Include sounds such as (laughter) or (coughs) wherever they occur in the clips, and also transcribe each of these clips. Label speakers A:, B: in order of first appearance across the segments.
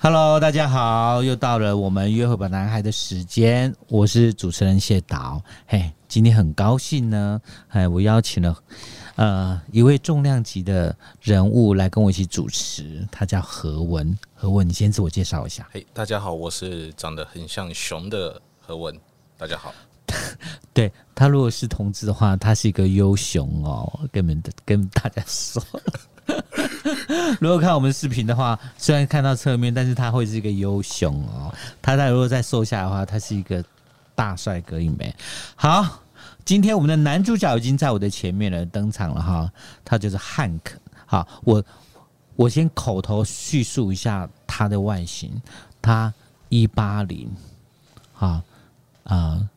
A: Hello，大家好，又到了我们约会吧男孩的时间，我是主持人谢导。嘿，今天很高兴呢，哎，我邀请了呃一位重量级的人物来跟我一起主持，他叫何文。何文，你先自我介绍一下。
B: 嘿大家好，我是长得很像熊的何文。大
A: (laughs)
B: 家
A: 啊
B: 好，
A: 对他如果是同志的话，他是一个优雄哦，跟你们跟大家说。 (laughs) 如果看我们视频的话，虽然看到侧面，但是他会是一个优雄哦。他在如果再瘦下来的话，他是一个大帅哥一枚。好，今天我们的男主角已经在我的前面了，登场了哈，他就是汉克。好，我我先口头叙述一下他的外形，他一八零，好啊。呃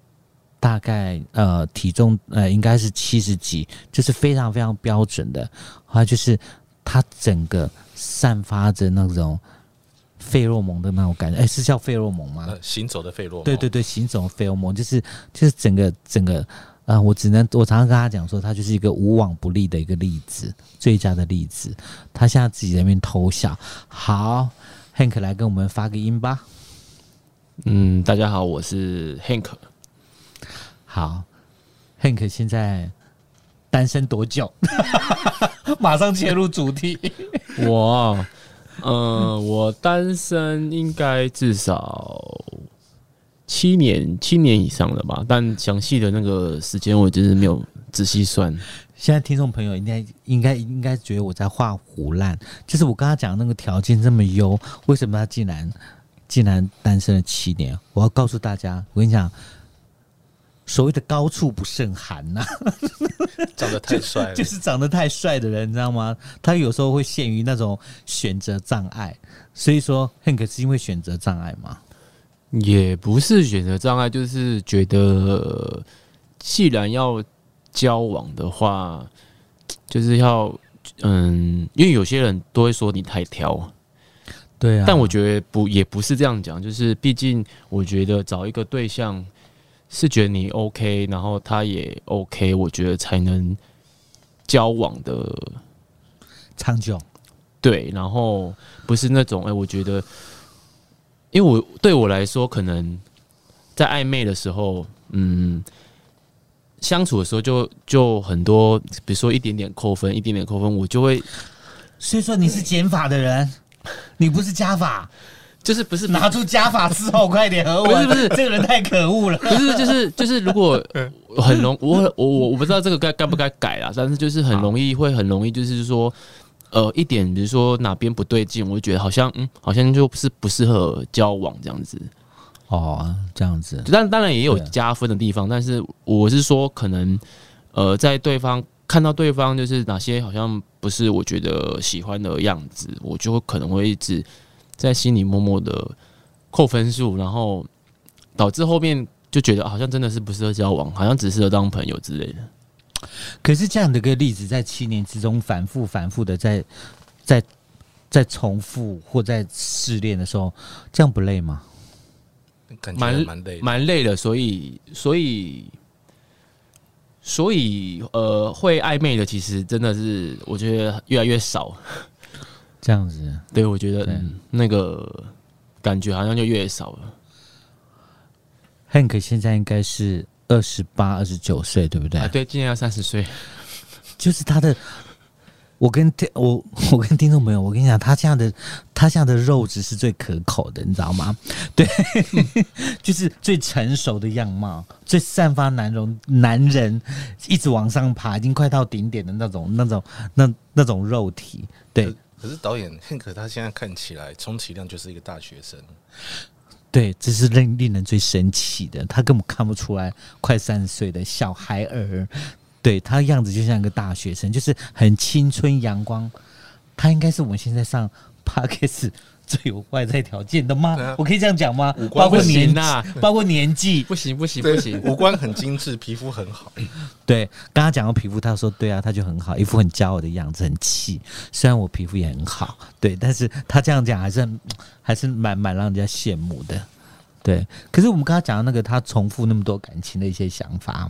A: 大概呃体重呃应该是七十几，就是非常非常标准的。还有就是他整个散发着那种费洛蒙的那种感觉，哎、是叫费洛蒙吗？
B: 呃，行走的费洛蒙，
A: 对对对，行走费洛蒙就是就是整个整个，啊，我只能我常常跟他讲说，他就是一个无往不利的一个例子，最佳的例子。他现在自己在那边偷笑。好，Hank 来跟我们发个音吧。
C: 嗯，大家好，我是 Hank，
A: 好，Hank 现在单身多久？ (laughs) 马上切入主题。
C: 我，呃，我单身应该至少七年，七年以上了吧？但详细的那个时间我真是没有仔细算。
A: 现在听众朋友应该应该应该觉得我在画胡烂，就是我跟他讲那个条件这么优，为什么他竟然竟然单身了七年？我要告诉大家，我跟你讲，所谓的高处不胜寒
C: (laughs)
A: 呐、
B: 长得太帅了，
A: 就是长得太帅的人，你知道吗？他有时候会陷于那种选择障碍，所以说 Hank 是因为选择障碍嘛。
C: 也不是选择障碍，就是觉得、呃既然要交往的话，就是要嗯，因为有些人都会说你太挑，
A: 对啊
C: 但我觉得不也不是这样讲，就是毕竟我觉得找一个对象是觉得你 OK，然后他也 OK，我觉得才能交往的
A: 长久
C: 对，然后不是那种哎、我觉得，因为我对我来说，可能在暧昧的时候，嗯，相处的时候就就很多，比如说一点点扣分，一点点扣分，我就会
A: 所以说你是减法的人，
C: (laughs)
A: 你不是加法。
C: 就是不是
A: 拿出加法之后，快点和我。
C: 不是不是
A: (laughs) 这个人太可恶了。
C: 不是，就是就是，如果很容我我我我不知道这个该该不该改啦，但是就是很容易会很容易，就是说，呃，一点比如说哪边不对劲，我就觉得好像嗯，好像就不是不适合交往这样子。
A: 哦，这样子
C: 但当然也有
A: 对啊
C: 加分的地方，但是我是说可能呃，在对方看到对方就是哪些好像不是我觉得喜欢的样子，我就会可能会一直在心里默默的扣分数，然后导致后面就觉得好像真的是不适合交往，好像只适合当朋友之类的。
A: 可是这样的一个例子，在七年之中反复反复的在在在重复或在试炼的时候，这样不累吗？
B: 感觉
C: 蛮
B: 蛮累的。
C: 蛮累的，所以所以所以呃，会暧昧的其实真的是我觉得越来越少。
A: 这样子，
C: 对，我觉得、
A: 对
C: 嗯、那个感觉好像就越少了。
A: Hank 现在应该是二十八、二十九岁，对不对？
C: 啊，对，今年要三十岁，
A: 就是他的。我跟听我我跟听众朋友，我跟你讲，他这样的他这样的肉质是最可口的，你知道吗？ (laughs) 对，就是最成熟的样貌，最散发男容男人一直往上爬，已经快到顶点的那种那种那那种肉体。对
B: 可是导演 Hank 他现在看起来，充其量就是一个大学生，
A: 对，这是令令人最神奇的，他根本看不出来快三十岁的小孩儿，对他的样子就像一个大学生，就是很青春阳光。他应该是我们现在上 Parkes 最有外在条件的吗？
B: 对啊
A: 我可以这样讲吗？
B: 官
A: 包括
C: 不行
A: 年纪，
C: 啊
A: 包括年纪。
C: (laughs) 不行不行不行，
B: 五官很精致，皮肤很好。
A: 对，刚刚讲到皮肤，他说对啊，他就很好，一副很骄傲的样子，很气。虽然我皮肤也很好，对，但是他这样讲还是很还是蛮蛮让人家羡慕的。对，可是我们刚刚讲到那个他重复那么多感情的一些想法，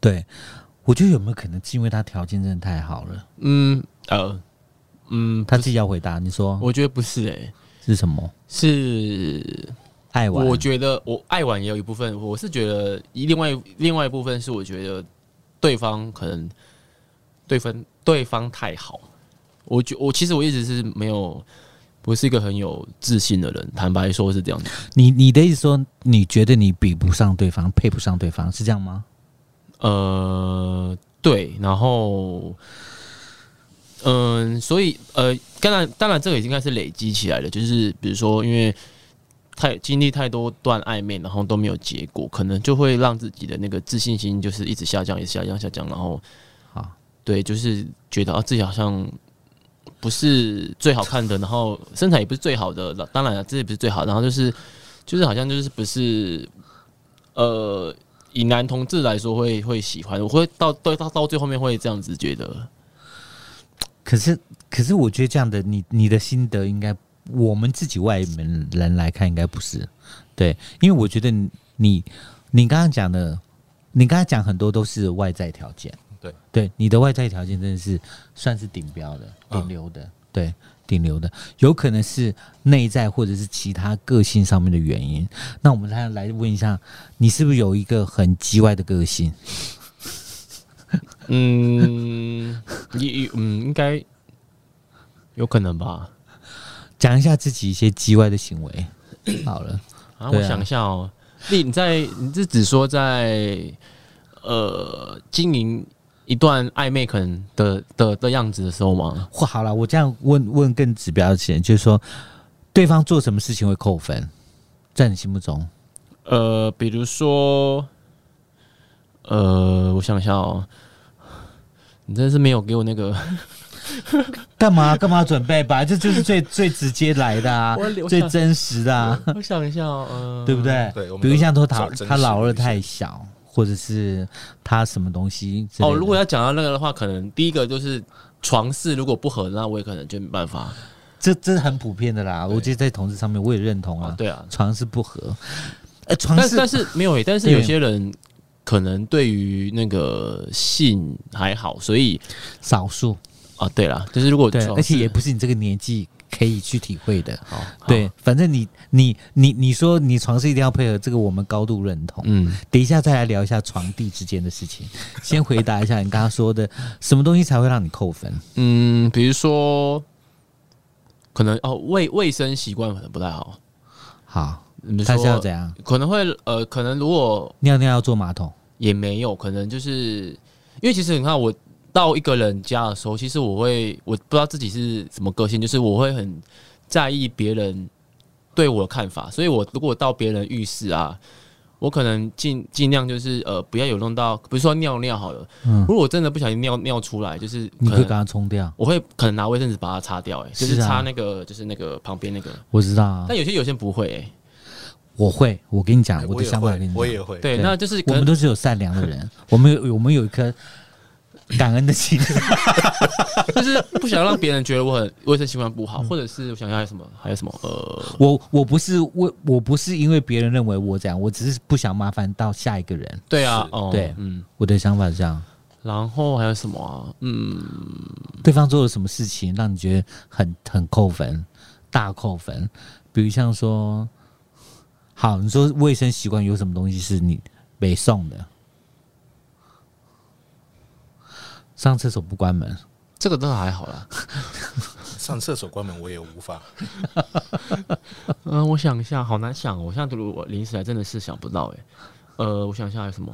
A: 对我觉得有没有可能是因为他条件真的太好了？
C: 嗯呃嗯，
A: 他自己要回答，你说
C: 我觉得不是哎、
A: 是什么？
C: 是
A: 爱玩？
C: 我觉得我爱玩也有一部分，我是觉得一另外另外一部分是我觉得对方可能对方对方太好，我觉我其实我一直是没有不是一个很有自信的人，坦白说是这样子。
A: 你你的意思说，你觉得你比不上对方，配不上对方，是这样吗？
C: 呃，对，然后，嗯、所以呃，当然，当然，这个已经开始累积起来了。就是比如说，因为太经历太多段暧昧，然后都没有结果，可能就会让自己的那个自信心就是一直下降，一直下降，下降。然后，
A: 好，
C: 对，就是觉得啊，自己好像不是最好看的，然后身材也不是最好的，当然了，啊这也不是最好，然后就是就是好像就是不是呃，以男同志来说会会喜欢，我会到到到到最后面会这样子觉得，
A: 可是可是，我觉得这样的你你的心得应该，我们自己外面人来看应该不是对，因为我觉得你你刚刚讲的，你刚刚讲很多都是外在条件，
B: 对
A: 对，你的外在条件真的是算是顶标的、
B: 嗯
A: 顶流的，对。顶流的有可能是内在或者是其他个性上面的原因。那我们来来问一下，你是不是有一个很叽歪的个性？
C: (laughs) 嗯，也嗯应该有可能吧。
A: 讲一下自己一些叽歪的行为，好了。
C: 啊，
A: 对
C: 我
A: 啊
C: 想一下哦，例你在你是只说在呃经营一段暧昧可能的的的样子的时候吗？
A: 或好了，我这样问问更指标性，就是说对方做什么事情会扣分，在你心目中，
C: 呃，比如说，呃，我想一下哦，你真的是没有给我那个。
A: 干嘛干嘛准备吧，这 (laughs) 就是最最直接来的啊
C: (laughs) 我我，
A: 最
C: 想
A: 真实的啊，
C: (laughs) 我想一下、哦，呃，
A: 对不对？
B: 对我们
A: 比如像说
B: 都
A: 他
B: 找真
A: 他
B: 实
A: 老二
B: 路线
A: 太小，或者是他什么东西之类
C: 哦，
A: 的
C: 如果要讲到那个的话，可能第一个就是床事如果不合，那我也可能就没办法。
A: 这这是很普遍的啦，
B: 对
A: 我觉得在同志上面我也认同
C: 哦
A: 啊，，
C: 对啊，
A: 床是不合，呃，床
C: 但
A: 是
C: 但是没有欸，但是
A: 对
C: 有些人可能对于那个性还好，所以
A: 少数，
C: 啊，对啦，就是如果
A: 对，而
C: 床
A: 且
C: 事
A: 也不是你这个年纪可以去体会的。
C: 好，好
A: 对，，反正你你你你说你床是一定要配合，这个我们高度认同。
C: 嗯，
A: 等一下再来聊一下床地之间的事
C: (laughs)
A: 情，先回答一下你刚刚说的，什么东西才会让你扣分？
C: 嗯，比如说，可能哦，卫卫生习惯可能不太好。
A: 好，
C: 你
A: 他是要
C: 说
A: 怎样？
C: 可能会呃，可能如果
A: 尿尿要坐马桶，
C: 也没有，可能就是因为其实你看我到一个人家的时候，其实我会我不知道自己是什么个性，就是我会很在意别人对我的看法，所以我如果到别人浴室啊，我可能尽尽量就是呃不要有弄到，比如说尿尿好了，
A: 嗯
C: 如果我真的不小心尿尿出来，就是
A: 你
C: 可
A: 会把它
C: 能
A: 冲掉。
C: 我会可能拿卫生纸把它擦掉、欸，就是
A: 是啊
C: 擦那个就是那个旁边那个，
A: 我知道啊
C: 但，有些有些人不会、欸，
A: 我会，我跟你讲
B: 哎，
A: 啊我
B: 我
A: 的
B: 也
A: 想法跟
B: 会
A: 你，
B: 我
A: 讲。
B: 也会。
C: 对，
A: 对
C: 那就是
A: 我
C: 可
A: 们
C: 能
A: 都是有善良的人，我们有我们有一颗感恩的
C: (laughs)
A: 心。
C: 就是不想让别人觉得我很 (laughs) 卫生习惯不好，或者是我想要什么，还有什么呃，
A: 我我不是为我不是因为别人认为我这样，我只是不想麻烦到下一个人。
C: 对啊，
B: 是
C: 哦，
A: 对
C: 嗯，
A: 我的想法是这样。
C: 然后还有什么啊？嗯，
A: 对方做了什么事情让你觉得很很扣分，大扣分？比如像说，好，你说卫生习惯有什么东西是你没送的？上厕所不关门，
C: 这个真的还好 (laughs) 啦。
B: 上厕所关门我也无法。
C: 嗯、我想一下，好难想、哦，我现在如果临时来真的是想不到哎、呃，我想一下还有什么？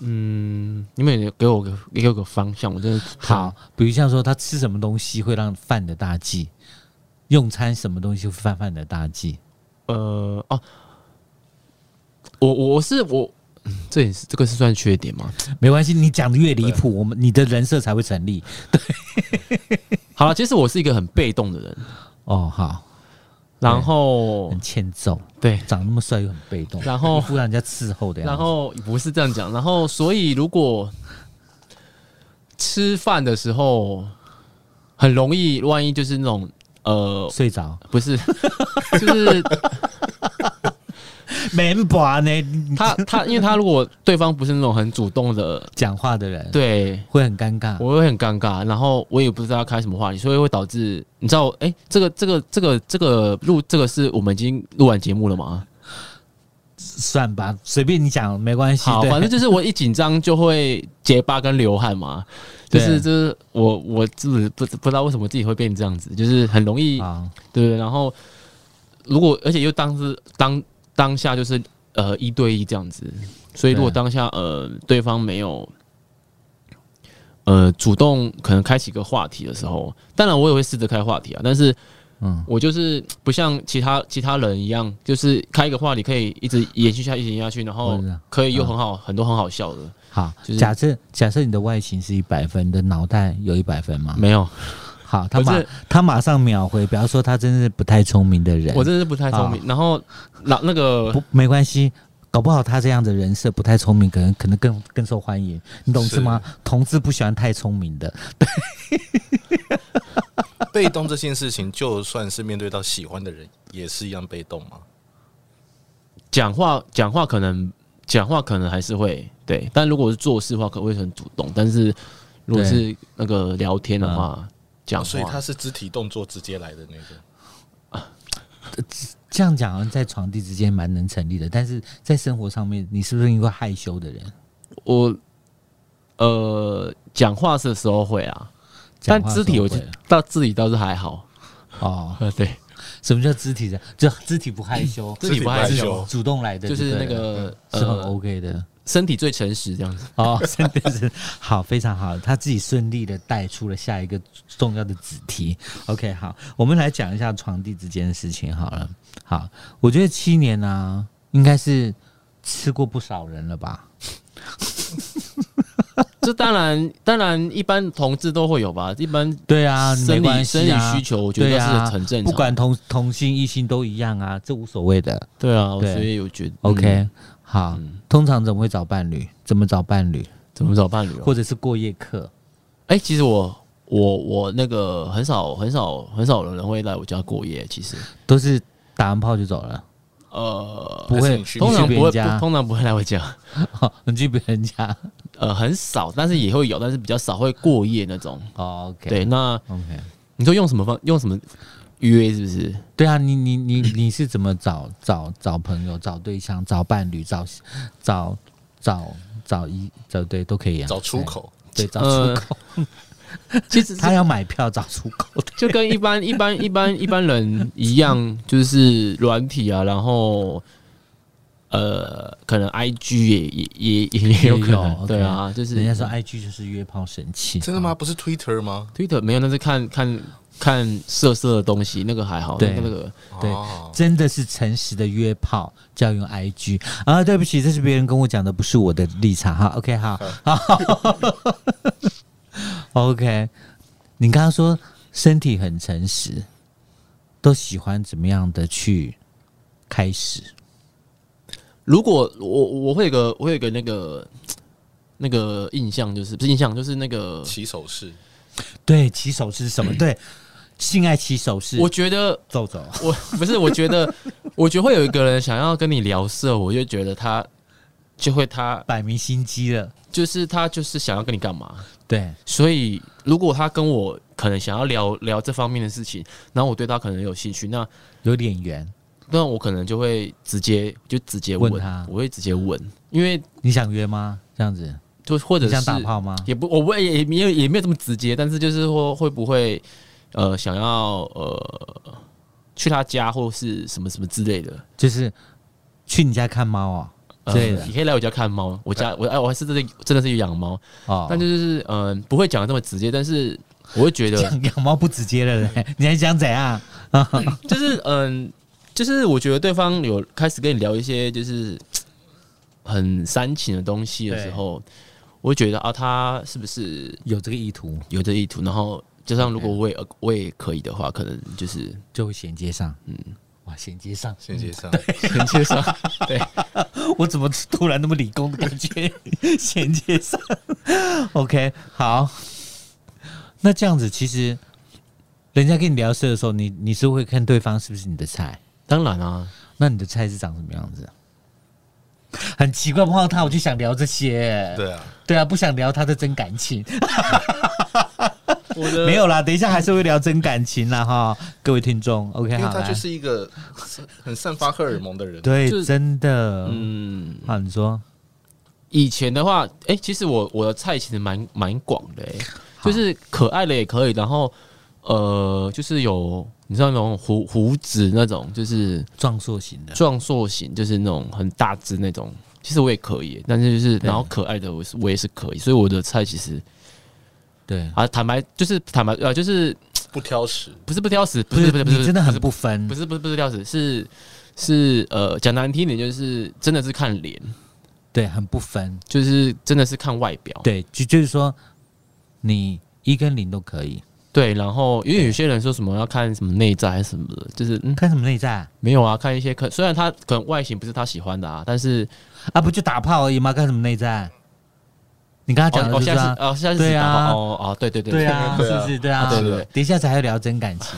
C: 嗯，你们也给我个给我个方向，我真的 (laughs)
A: 好，，比如像说他吃什么东西会让犯的大忌，用餐什么东西会犯犯的大忌，
C: 呃，哦、我我是我，嗯这也是这个是算缺点吗？
A: 没关系，你讲的越离谱，我们你的人设才会成立。
C: 好了，其实我是一个很被动的人，
A: 哦，好，
C: 然后
A: 很欠揍，
C: 对，
A: 长那么帅又很被动，
C: 哦然后
A: 一副让人家伺候的样子。
C: 然后不是这样讲，然后所以如果吃饭的时候很容易，万
A: (laughs)
C: 一就是那种呃，
A: 睡着。
C: 不是，就是
A: 门把呢
C: 他他，因为他如果对方不是那种很主动的，
A: 讲话的人，，
C: 对
A: 会很尴尬。
C: 我会很尴尬，然后我也不知道要开什么话题，所以会导致你知道，哎、这个这个这个这个录这个是我们已经录完节目了吗？
A: 算吧，随便你讲没关系。
C: (laughs) 好，
A: 对
C: 反正就是我一紧张就会结巴跟流汗嘛，就
A: 对
C: 是就是我我自己不不知道为什么自己会变这样子，就是很容易
A: 好，
C: 对不对？然后如果而且又当时当当下就是呃一对一这样子，所以如果
A: 对
C: 当下呃对方没有呃主动可能开启个话题的时候，当然我也会试着开话题啊，但是
A: 嗯，
C: 我就是不像其他其他人一样，就是开一个话题可以一直延续下去，一直延续下去，然
A: 我
C: 后
A: 知道
C: 可以又很好、很多很好笑的，
A: 好。
C: 就是
A: 假设假设你的外形是一百分，你的脑袋有一百分吗？
C: 没有，
A: 好，他
C: 我
A: 马
C: 这
A: 他马上秒回，比方说他真是不太聪明的人，
C: 我真的是不太聪明。然后那那个
A: 不没关系。搞不好他这样的人设不太聪明，可能可能更更受欢迎，你懂是
B: 是
A: 吗？同志不喜欢太聪明的，
B: 被动这件事情，就算是面对到喜欢的人，也是一样被动嘛。
C: 讲话讲话可能讲话可能还是会对，但如果是做事的话，可能会很主动。但是如果
A: 对
C: 是那个聊天的
A: 啊
C: 话，讲、话
B: 哦所以他是肢体动作直接来的那个。
A: 这样讲好像在床地之间蛮能成立的，但是在生活上面，你是不是一个害羞的人？
C: 我呃讲话的时候会啊，
A: 讲
C: 但
A: 话的时
C: 肢
A: 候
C: 体我
A: 会
C: 到肢体倒是还好。
A: 哦，
C: 呃，对，
A: 什么叫肢体的？就肢体不害羞，
C: 肢体不害
B: 肢体不
C: 羞
B: 害，
A: 主动来的，
C: 嗯就是那
A: 对了
C: 个
A: 是很
C: 呃
A: OK 的。
C: 身体最诚实这样
A: (laughs)
C: 子。
A: 哦，真的是好，非常好，他自己顺利的带出了下一个重要的子题。OK，好，我们来讲一下床地之间的事情好了。好，我觉得七年啊，应该是吃过不少人了吧？
C: 这当然当然一般同志都会有吧，一般
A: 对啊，没
C: 生理、
A: 关
C: 生
A: 系
C: 理
A: 啊
C: 需。求，我觉得
A: 对
C: 这是
A: 啊，
C: 很正常的。
A: 不管同同性异性都一样啊，这无所谓的。
C: 对啊，
A: 对
C: 所以我觉得
A: OK，、
C: 嗯
A: 好，通常怎么会找伴侣？怎么找伴侣？
C: 怎么找伴侣哦？
A: 或者是过夜客？
C: 哎、其实我我我那个很少很少很少有人会来我家过夜，其实
A: 都是打完炮就走了，
C: 呃，
A: 不
B: 还是
A: 会
B: 你，去
C: 通常
A: 你去别
C: 不会
A: 人
C: 不
A: 家，
C: 通常不会来我家， (laughs)
A: (laughs) 你去别人家。
C: 呃，很少，但是也会有，但是比较少会过夜那种。
A: 哦 OK，
C: 对，那
A: OK，
C: 你说用什么方用什么约是不是？
A: 对啊，你你你你是怎么找找找朋友、找对象、找伴侣、找找找找一找对都可以啊，
B: 找出口，
A: 对找出口，
C: 其实
A: 他要买票找出口的，
C: 就跟一般 (laughs) 一般一般一般人一样，就是软体啊，然后呃，可能 IG 也也也也有可
A: 也有
C: 能，
A: ，OK
C: 对啊，就是
A: 人家说 IG 就是约炮神器，
B: 真的吗？？不是 Twitter 吗？
C: Twitter 没有，那是看看看色色的东西，那个还好。
A: 对
C: 那个那个
A: 对
B: 哦
A: 真的是诚实的约炮，就要用 IG 啊！对不起，这是别人跟我讲的，不是我的立场哈。OK，好，好 (laughs) ，OK。你刚刚说身体很诚实，都喜欢怎么样的去开始？
C: 如果我我会有个我会有个那个那个印象，就是不是印象，就是那个
B: 起手式，
A: 对，起手是什么？对，性爱起手是
C: 我觉得
A: 走走，
C: 我不是我觉得我觉得会有一个人想要跟你聊色，我就觉得他就会他
A: 摆明心机了。
C: 就是他就是想要跟你干嘛。
A: 对，
C: 所以如果他跟我可能想要聊聊这方面的事情，然后我对他可能有兴趣，那
A: 有点圆。
C: 那我可能就会直接就直接问
A: 问他
C: 我会直接问，因为
A: 你想约吗？这样子，
C: 就或者
A: 你
C: 是
A: 想打炮吗？
C: 也不，我不也也没有也没有这么直接，但是就是会会不会呃想要呃去他家或是什么什么之类的
A: 就是去你家看猫啊、
C: 呃
A: 之类的
C: 你可以来我家看猫，我家我哎我还是真的真的是有养猫，
A: 哦。
C: 但就是嗯、呃不会讲的这么直接，但是我会觉得
A: 养养猫不直接了嘞，你还想怎样？
C: 就是嗯、就是我觉得对方有开始跟你聊一些就是很煽情的东西的时候，我会觉得啊他是不是
A: 有这个意图
C: 有这意图，然后。加上，如果我也我也可以的话，可能就是 (laughs)
A: 就会衔接上，嗯，哇，衔接上，
B: 衔接上，
C: 衔接上，对，
A: 我怎么突然那么理工的感觉？ (laughs) 衔接上，OK，好，那这样子其实人家跟你聊事的时候，你你是会看对方是不是你的菜，
C: 当然啊，
A: 那你的菜是长什么样子啊、很奇怪，碰到他我就想聊这些。
B: 对啊，
A: (laughs) 对啊，不想聊他的真感情，
C: 我的
A: 没有啦。等一下还是会聊真感情啦哈，各位听众。OK，
B: 因为
A: 好
B: 他
A: 啦，
B: 就是一个很很散发荷尔蒙的人。啊
A: 对，
C: 就是
A: 真的。
C: 嗯，
A: 好，你说
C: 以前的话，哎、其实我我的菜其实蛮蛮广的、诶就是可爱的也可以，然后呃，就是有你知道那种胡胡子那种，就是
A: 壮硕型的，
C: 壮硕型，就是那种很大只那种，其实我也可以，但是就是
A: 对
C: 然后可爱的我是我也是可以，所以我的菜其实
A: 对，
C: 啊，坦白就是坦白呃，就是
B: 不挑食，
C: 不是不挑食，不
A: 不
C: 是
A: 是
C: 不是不是
A: 你真的
C: 不
A: 很
C: 是
A: 不分
C: 不，是不是不是挑食，是是呃讲难听一点，就是真的是看脸，
A: 对，很不分，
C: 就是真的是看外表，
A: 对，就就是说你一跟零都可以，
C: 对，然后因为有些人说什么要看什么内在还是什么的，就是嗯
A: 看什么内在啊
C: 没有啊，看一些可虽然他可能外形不是他喜欢的啊，但是
A: 啊，不就打炮而已吗？看什么内在？啊你刚刚讲的
C: 哦
A: 就是
C: 下次
A: 啊，
C: 哦下次
A: 对啊
C: 哦哦对对对
A: 对啊，
B: 对
A: 是
B: 啊
A: 不是？对啊，
B: 啊对对对
A: 等一下才会聊真感 (laughs) 情，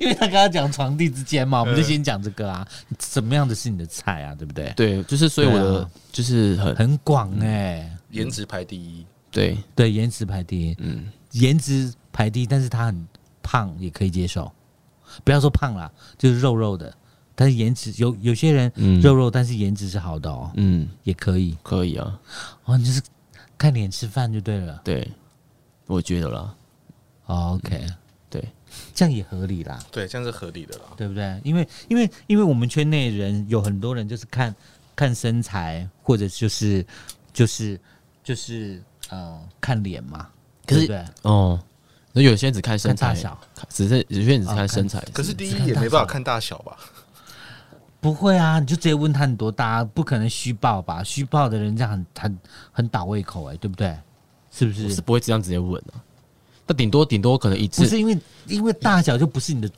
A: 因为他刚刚讲床地之间嘛，我们就先讲这个啊，什么样的是你的菜啊，对不对？
C: 对，就是所以我
A: 对
C: 的、
A: 啊
C: 就是很
A: 很广哎，
B: 颜值排第一，
C: 对
A: 对，颜值排第一，
C: 嗯
A: 颜值排第一，但是他很胖也可以接受，不要说胖啦，就是肉肉的，但是颜值有有些人
C: 嗯
A: 肉肉，但是颜值是好的哦，
C: 嗯
A: 也可以
C: 可以啊，
A: 哦，你就是看脸吃饭就对了、
C: 对，我觉得啦，
A: 哦、，OK，
C: 对
A: 这样也合理啦，
B: 对，这样是合理的啦。
A: 对不对？因为因为因为我们圈内人有很多人就是看看身材，或者就是就是就是呃看脸嘛，
C: 可
A: 对
C: 是
A: 不对
C: 哦，那有些人只看身
A: 看
C: 材
A: 大，小，
C: 看只是有些人只
A: 哦看
C: 看身材，
B: 可是第一
A: 只看
B: 也
A: 大
B: 没办
A: 小
B: 法看大小
A: (laughs)
B: 吧？
A: 不会啊，你就直接问他你多大，不可能虚报吧？虚报的人这样很很很倒胃口哎、对不对？是不
C: 我
A: 是？
C: 是不会这样直接问啊，那顶多顶多可能一
A: 不
C: 致
A: 是因啊为因为大小就不是你的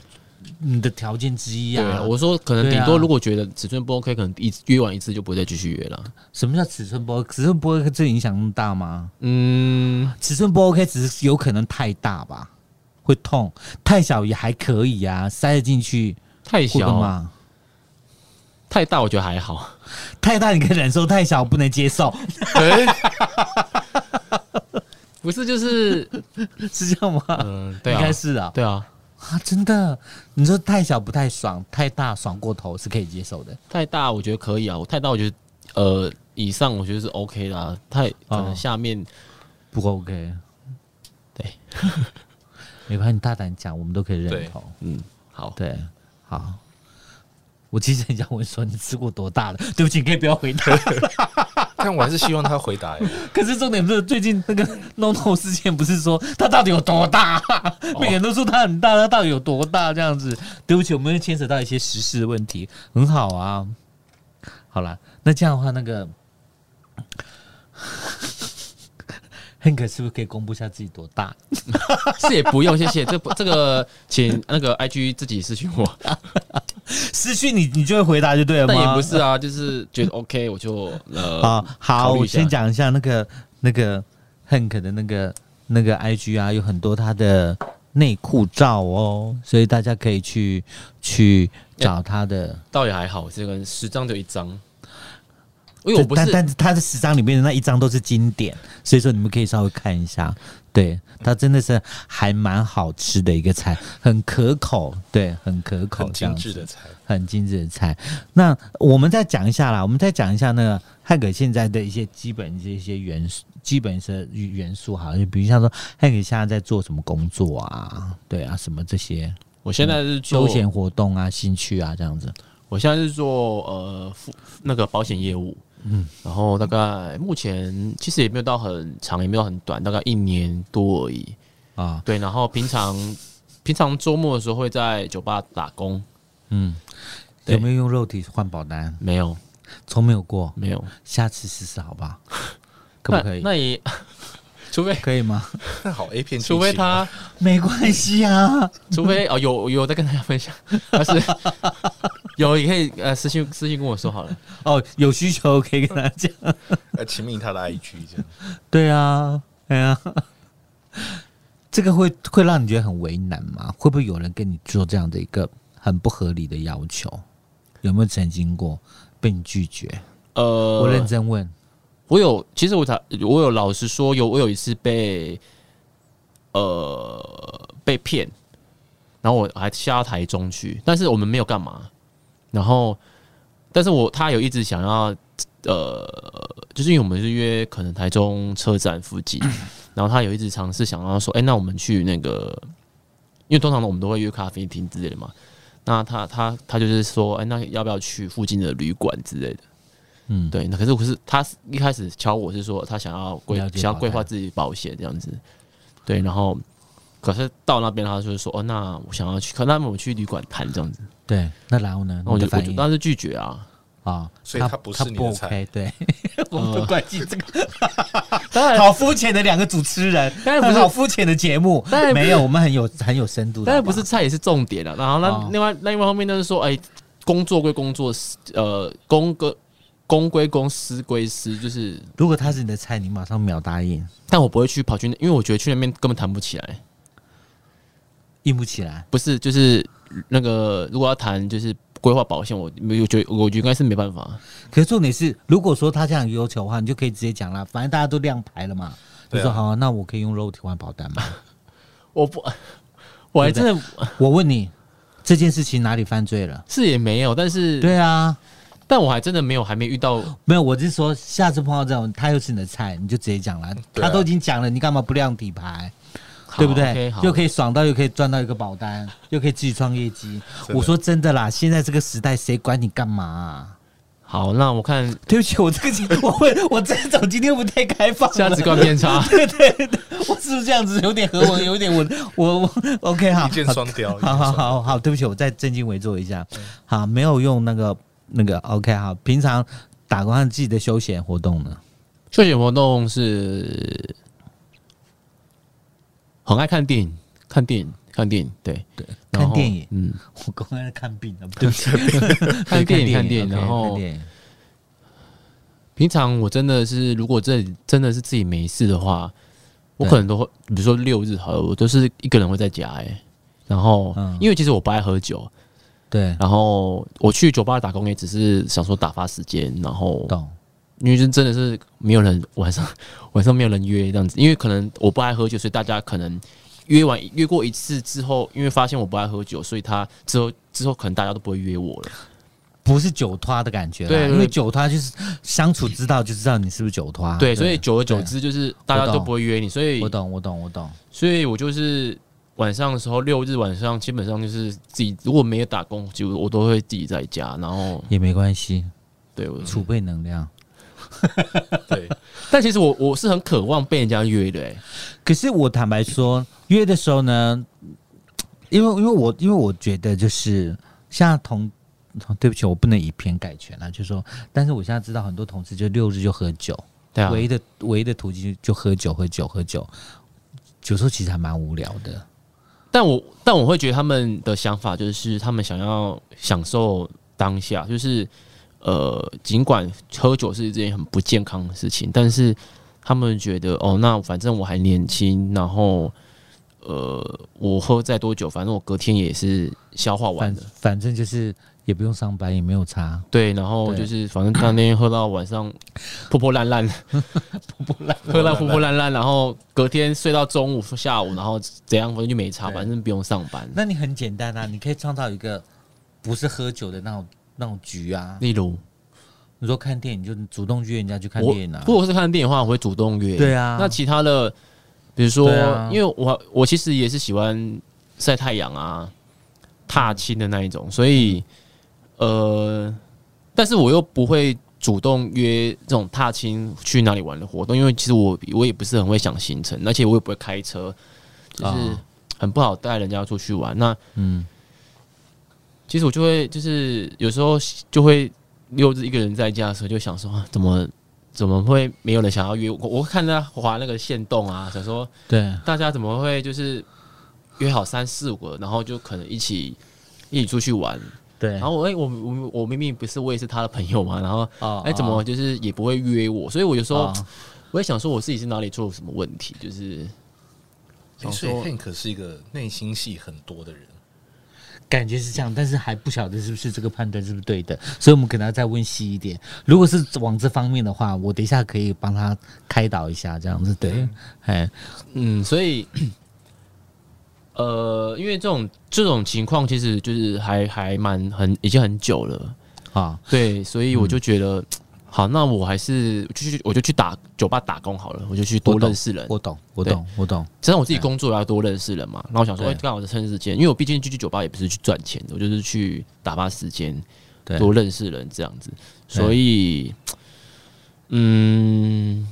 A: 你的条件之一
C: 对
A: 啊
C: 啊，。我说可能
A: 对啊
C: 顶多如果觉得尺寸不 OK，可能一约完一次就不会再继续约了。
A: 什么叫尺寸不 OK？尺寸不 OK 这影响那么大吗？
C: 嗯，
A: 尺寸不 OK 只是有可能太大吧，会痛；太小也还可以啊，塞得进去
C: 太
A: 会干
C: 小
A: 嘛？
C: 太大我觉得还好，
A: 太大你可以忍受，太小不能接受， (laughs)
C: 不是就是 (laughs)
A: 是这样吗？
C: 嗯，对
A: 应该
C: 啊，
A: 是啊。
C: 对啊，
A: 啊，真的，你说太小不太爽，太大爽过头是可以接受的。
C: 太大我觉得可以啊，我太大我觉得呃以上我觉得是 OK 啦，太可能下面
A: 不 OK。
C: 对，
A: (laughs) 没关系，你大胆讲，我们都可以认同。
C: 嗯好，
A: 对，好。我其实很想问说，你吃过多大的？对不起，你可以不要回答。
B: 但我还是希望他回答欸。 (laughs)
A: 可是重点是，最近那个 (laughs) No No 事件不是说他到底有多大？
C: 哦
A: 每个人都说他很大，他到底有多大？这样子，对不起，我们会牵扯到一些时事的问题，很好啊。好啦，那这样的话，那个 (laughs) Hank 是不是可以公布一下自己多大？
C: 是也不用谢谢，这不这个请那个 IG 自己私信
A: (laughs)
C: 我，
A: 哎失去你，你就会回答就对了吗？
C: 但也不是啊，就是觉得 OK 我就呃
A: 啊，好，
C: 考虑一
A: 我
C: 下
A: 先讲一下那个那个 Hank 的那个那个 IG 啊，有很多他的内裤照哦，所以大家可以去去
C: 哎
A: 找他的。
C: 倒也还好，这个十张就一张，因为我不
A: 但
C: 是
A: 但是他的十张里面的那一张都是经典，所以说你们可以稍微看一下。对，它真的是还蛮好吃的一个菜，很可口，对，很可口，
B: 很
A: 这样
B: 精
A: 子
B: 致的菜，
A: 很精致的菜。那我们再讲一下啦，我们再讲一下那个汉克现在的一些基本这些元素，基本的元素好了，就比如像说汉克现在在做什么工作啊，对啊，什么这些
C: 我现在是
A: 休
C: 做
A: 闲活动啊、兴趣啊这样子。
C: 我现在是做呃付那个保险业务，嗯，然后大概目前其实也没有到很长，也没有很短，大概一年多而已。
A: 啊，
C: 对，然后平常 (laughs) 平常周末的时候会在酒吧打工，对
A: 有没有用肉体换保单？
C: 没有
A: 从没有过，
C: 没有，
A: 下次试试好不好？可不可以？
C: 那那也 (laughs) 除非
A: 可以吗？
B: 那好 A 片剧情
C: 除
B: 啊，
C: 非他
A: 没关系啊，
C: 除非哦有有在跟大家分享，但是 (laughs) 有也可以呃私信私信跟我说好了。
A: 哦，有需求可以跟他讲。
B: 呃，请命
A: (laughs)
B: 他的 IG 这样。
A: 对啊，哎呀、 (laughs) 这个会会让你觉得很为难吗？会不会有人跟你做这样的一个很很不合理的要求？有没有曾经过被你拒绝？
C: 呃，
A: 我认真问，
C: 我有，其实我才我有老实说，有我有一次被呃被骗，然后我还下到台中去，但是我们没有干嘛，然后但是我他有一直想要呃，就是因为我们是约可能台中车站附近，然后他有一直尝试想要说，哎、那我们去那个，因为通常我们都会约咖啡厅之类的嘛。那他他他就是说，哎、那要不要去附近的旅馆之类的？
A: 嗯，
C: 对，那可是我是他一开始敲我是说他想要规
A: 了解
C: 想
A: 保
C: 要规划
A: 单
C: 自己保险这样子，对，然后可是到那边他就是说哦，那我想要去，可那我们去旅馆谈这样子，
A: 对，那然后呢？
C: 那我
A: 你
C: 就
A: 的
C: 我
A: 反
C: 就
A: 应
C: 当时拒绝
A: (laughs)
C: 啊，
A: 啊，
B: 所以他不是你的
A: 不
B: 菜
A: OK，对，
C: (laughs)
A: 我
C: 呃
A: 们不关心这个，
C: 当然
A: 好肤浅的两个主持人，
C: 当然不是
A: 好肤浅的节目，
C: 当然不是
A: 没有，我们很有很有深度的，
C: 当然不是
A: 好
C: 菜也是重点了、然后那、
A: 哦
C: 另外那另外方面就是说，哎、工作归工作，私呃，公跟公归公，私归私，就是
A: 好。如果他是你的菜，你马上秒答应，
C: 但我不会去跑去那，因为我觉得去那边根本谈不起来。
A: 硬不起来。
C: 不是，就是那个，如果要谈就是规划保险，我我觉得我觉得应该是没办法。
A: 可是重点是，如果说他这样有要求的话，你就可以直接讲啦，反正大家都亮牌了嘛。就
B: 对啊
A: 说好、啊，那我可以用肉体换保单吗？
C: 我不，我还真的
A: 我问你， (laughs) 这件事情哪里犯罪了？
C: 是也没有，但是
A: 对啊，
C: 但我还真的没有，还没遇到。
A: 没有，我是说，下次碰到这种，他又是你的菜，你就直接讲啦。
B: 对啊
A: 他都已经讲了，你干嘛不亮底牌？对不对？又可
C: 以
A: 以爽到，又可以赚到一个保单，又可以自己创业
B: (laughs)
A: 绩。
B: 的
A: 我说真的啦，现在这个时代，谁管你干嘛啊、
C: 好，那我看
A: 对不起，我这个 (laughs) 我会我这种今天不太开放了，
C: 价值观偏差。 (laughs)
A: (laughs) 对对对，我是不是这样子有点和文，有点我我我 OK 好，
B: 一箭双雕。一
A: (laughs)
B: 箭
A: 好好
B: 双雕
A: 好好，对不起，我再正襟危坐一下。好，没有用那个那个 OK 好，平常打工和自己的休闲活动呢？
C: 休闲活动是很爱看电影，看电影，看电影，对对，然后
A: 看电影
C: 嗯，
A: 我刚刚在看病呢，对不起，
C: (laughs) 看电影，看电
A: OK，
C: 影，然
A: 看
C: 后
A: 电影
C: 平常我真的是，如果这真的是自己没事的话，我可能都会，比如说六日好了，我都是一个人会在家哎、然后、
A: 嗯
C: 因为其实我不爱喝酒，
A: 对，
C: 然后我去酒吧打工也只是想说打发时间，然后
A: 懂
C: 因为就真的是没有人 (laughs) 晚上晚上没有人约这样子，因为可能我不爱喝酒，所以大家可能约完约过一次之后，因为发现我不爱喝酒，所以他之后之后可能大家都不会约我了。
A: 不是酒托的感觉啦，
C: 对对
A: 因为酒托就是相处之道就知道你是不是酒托。啊
C: 对，所以久而久之就是大家都不会约你，所以
A: 我懂，我懂，我懂。
C: 所以我就是晚上的时候，六日晚上基本上就是自己，如果没有打工，就我都会自己在家，然后
A: 也没关系，
C: 对我。
A: 储备能量。
B: 对，
C: 但其实我我是很渴望被人家约的、欸，
A: 可是我坦白说，约的时候呢，因为因为我因为我觉得就是像同，哦对不起，我不能以偏概全啦，就是说，但是我现在知道很多同事就六日就喝酒，
C: 对啊，
A: 唯一的唯一的途径就喝酒喝酒喝酒，有时候其实还蛮无聊的。
C: 但我但我会觉得他们的想法就是他们想要享受当下，就是呃，尽管喝酒是一件很不健康的事情，但是他们觉得哦，那反正我还年轻，然后呃，我喝再多酒，反正我隔天也是消化完
A: 反
C: 的。
A: 反正就是也不用上班，也没有差。
C: 对，然后
A: 对
C: 就是反正当天喝到晚 (coughs) 上破破烂烂，破破烂，喝到破破烂烂，然后隔天睡到中午、下午，然后怎样，反正就没差，
A: 对
C: 反正不用上班。
A: 那你很简单啊，你可以创造一个不是喝酒的那种那种局啊。
C: 例如，
A: 你说看电影，就主动约人家去看
C: 我
A: 电影啊。
C: 如果是看电影的话，我会主动约。
A: 对啊
C: 那其他的，比如说
A: 对啊，
C: 因为我我其实也是喜欢晒太阳啊、踏青的那一种，所以
A: 嗯
C: 呃，但是我又不会主动约这种踏青去哪里玩的活动，因为其实我我也不是很会想行程，而且我也不会开车，就是
A: 啊
C: 很不好带人家出去玩。那
A: 嗯，
C: 其实我就会就是有时候就会六日一个人在家的时候，就想说啊怎么怎么会没有人想要约我？我看他划那个线动啊，想说
A: 对。
C: 大家怎么会就是约好三四五个，然后就可能一起一起出去玩。
A: 对，
C: 然后我哎、我我我明明不是我也是他的朋友嘛，然后
A: 哦
C: 哎、怎么就是也不会约我？所以我有时候、
A: 哦
C: 我也想说我自己是哪里出了什么问题，就是
A: 嗯
B: 所以 Hank 是一个内心戏很多的人，
A: 感觉是这样，但是还不晓得是不是这个判断是不是对的，所以我们可能要再问细一点。如果是往这方面的话，我等一下可以帮他开导一下，这样子对，哎，
C: 嗯，所以， (coughs) 呃，因为这种这种情况其实就是还还蛮很已经很久了，
A: 好，
C: 对，所以我就觉得， (coughs) 好，那我还是我就去我就去打酒吧打工好了，我就去多
A: 我懂
C: 认识人。
A: 我懂，我
C: 对
A: 懂，我懂，
C: 只要我自己工作也要多认识人嘛。那我想说，
A: 对
C: 哎刚好在趁时间，因为我毕竟去去酒吧也不是去赚钱的，我就是去打发时间，
A: 对
C: 多认识人这样子。
A: 对
C: 所以，嗯，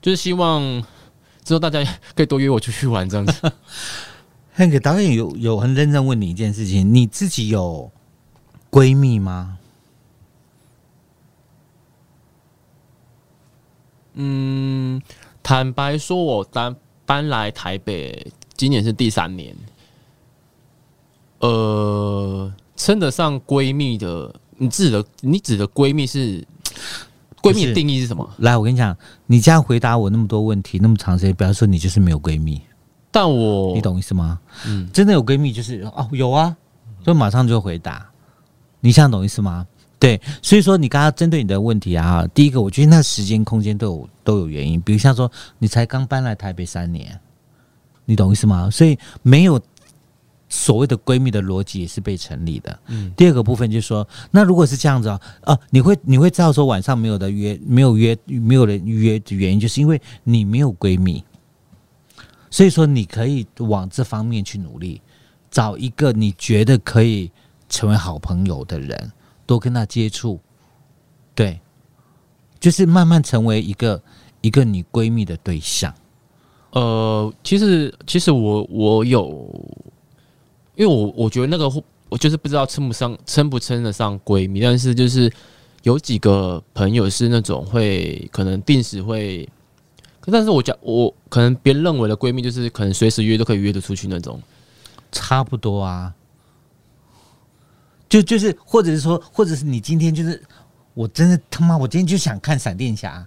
C: 就是希望之后大家可以多约我出去玩这样子。
A: 那个导演有有很认真问你一件事情，你自己有闺蜜吗？
C: 嗯，坦白说，我搬搬来台北今年是第三年，呃，称得上闺蜜的，你指的你指的闺蜜是
A: 不
C: 闺蜜
A: 是
C: 的定义是什么？
A: 来，我跟你讲，你这样回答我那么多问题，那么长时间，不要说你就是没有闺蜜，
C: 但我
A: 你懂意思吗？
C: 哦嗯
A: 真的有闺蜜就是哦，有啊，就马上就回答。你这样懂意思吗？对，所以说你刚刚针对你的问题啊，第一个我觉得那时间空间都有都有原因，比如像说你才刚搬来台北三年，你懂意思吗？所以没有所谓的闺蜜的逻辑也是被成立的。嗯，第二个部分就是说，那如果是这样子啊，啊，你会你会知道说晚上没有的约，没有约，没有人约的原因，就是因为你没有闺蜜。所以说，你可以往这方面去努力，找一个你觉得可以成为好朋友的人，多跟他接触，对，就是慢慢成为一个一个你闺蜜的对象。
C: 呃，其实其实我我有，因为我我觉得那个会我就是不知道称不上称不称得上闺蜜，但是就是有几个朋友是那种会可能定时会，但是我讲我可能别人认为的闺蜜就是可能随时约都可以约得出去那种。
A: 差不多啊。就就是，或者是说，或者是你今天就是，我真的他妈，我今天就想看闪电侠。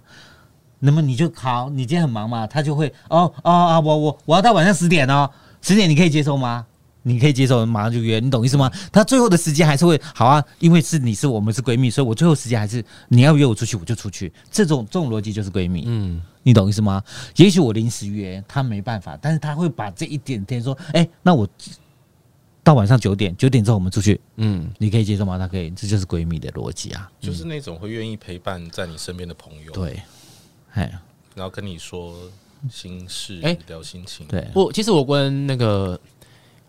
A: 那么你就好，你今天很忙嘛，他就会哦哦啊，我我我要到晚上十点哦，十点你可以接受吗？你可以接受，马上就约，你懂意思吗？他最后的时间还是会好啊，因为是你是我们是闺蜜，所以我最后时间还是你要约我出去我就出去，这种这种逻辑就是闺蜜。
C: 嗯，
A: 你懂意思吗？也许我临时约他没办法，但是他会把这一点点说，哎、那我到晚上九点，九点之后我们出去，
C: 嗯，
A: 你可以接受吗？他可以，这就是闺蜜的逻辑啊。
B: 就是那种会愿意陪伴在你身边的朋友，，
A: 对，哎，
B: 然后跟你说心事，
C: 哎
B: 聊心情，
A: 对，啊
C: 我其实我跟那个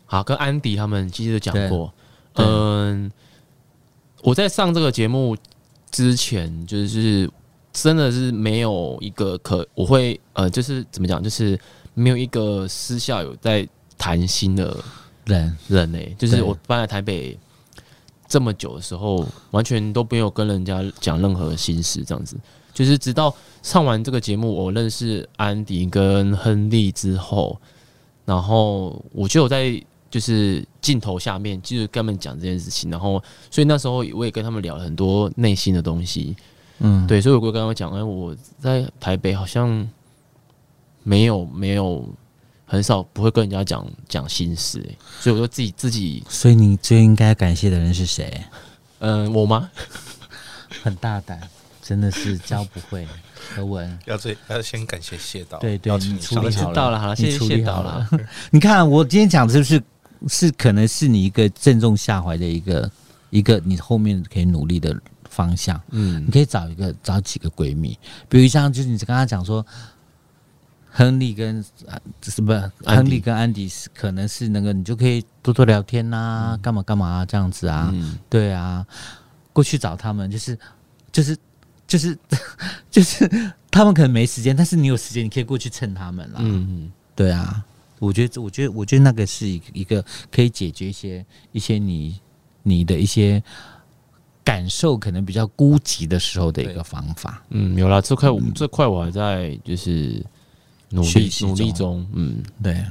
C: 好跟安迪他们其实都讲过，
A: 对对
C: 嗯，我在上这个节目之前，就是真的是没有一个可我会呃，就是怎么讲，就是没有一个私下有在谈心的
A: 人
C: 人呢、就是
A: 对
C: 我搬来台北这么久的时候，完全都没有跟人家讲任何心事，这样子。就是直到上完这个节目，我认识安迪跟亨利之后，然后我就有在就是镜头下面，就是跟他们讲这件事情，然后所以那时候我也跟他们聊了很多内心的东西，
A: 嗯，
C: 对，所以我就跟他们讲，哎，我在台北好像没有没有很少不会跟人家讲讲心事、哎所以我就自己自己，
A: 所以你最应该感谢的人是谁？
C: 嗯、我吗？
A: 很大胆，真的是教不会何文。
B: 要最要先感谢谢导，
A: 对对
B: 邀请
A: 你
B: 你
A: 处
B: 上
A: 理
B: 节
A: 好
B: 目
A: 了
C: 到了，好了，谢
A: 你
C: 谢
A: 处
C: 谢
A: 理
C: 导
A: 好
C: 了。
A: (laughs) 你看我今天讲的是不是是可能是你一个正中下怀的一个一个你后面可以努力的方向。
C: 嗯
A: 你可以找一个找几个闺蜜，比如像就是你刚刚讲说，亨利跟啊什么
C: 安迪
A: 亨利跟安迪是可能是那个，你就可以多多聊天呐、干嘛干嘛、啊、这样子啊，
C: 嗯，
A: 对啊，过去找他们就是就是就是 (laughs) 就是他们可能没时间，但是你有时间，你可以过去蹭他们啦，
C: 嗯
A: 对啊，我觉得这，我觉得，我觉得那个是一个一个可以解决一些一些你你的一些感受，可能比较孤寂的时候的一个
B: 对
A: 方法。
C: 嗯，有啦，这块我这块我还在就是努
A: 学
C: 力
A: 习
C: 努力
A: 中
C: 中，嗯，
A: 对，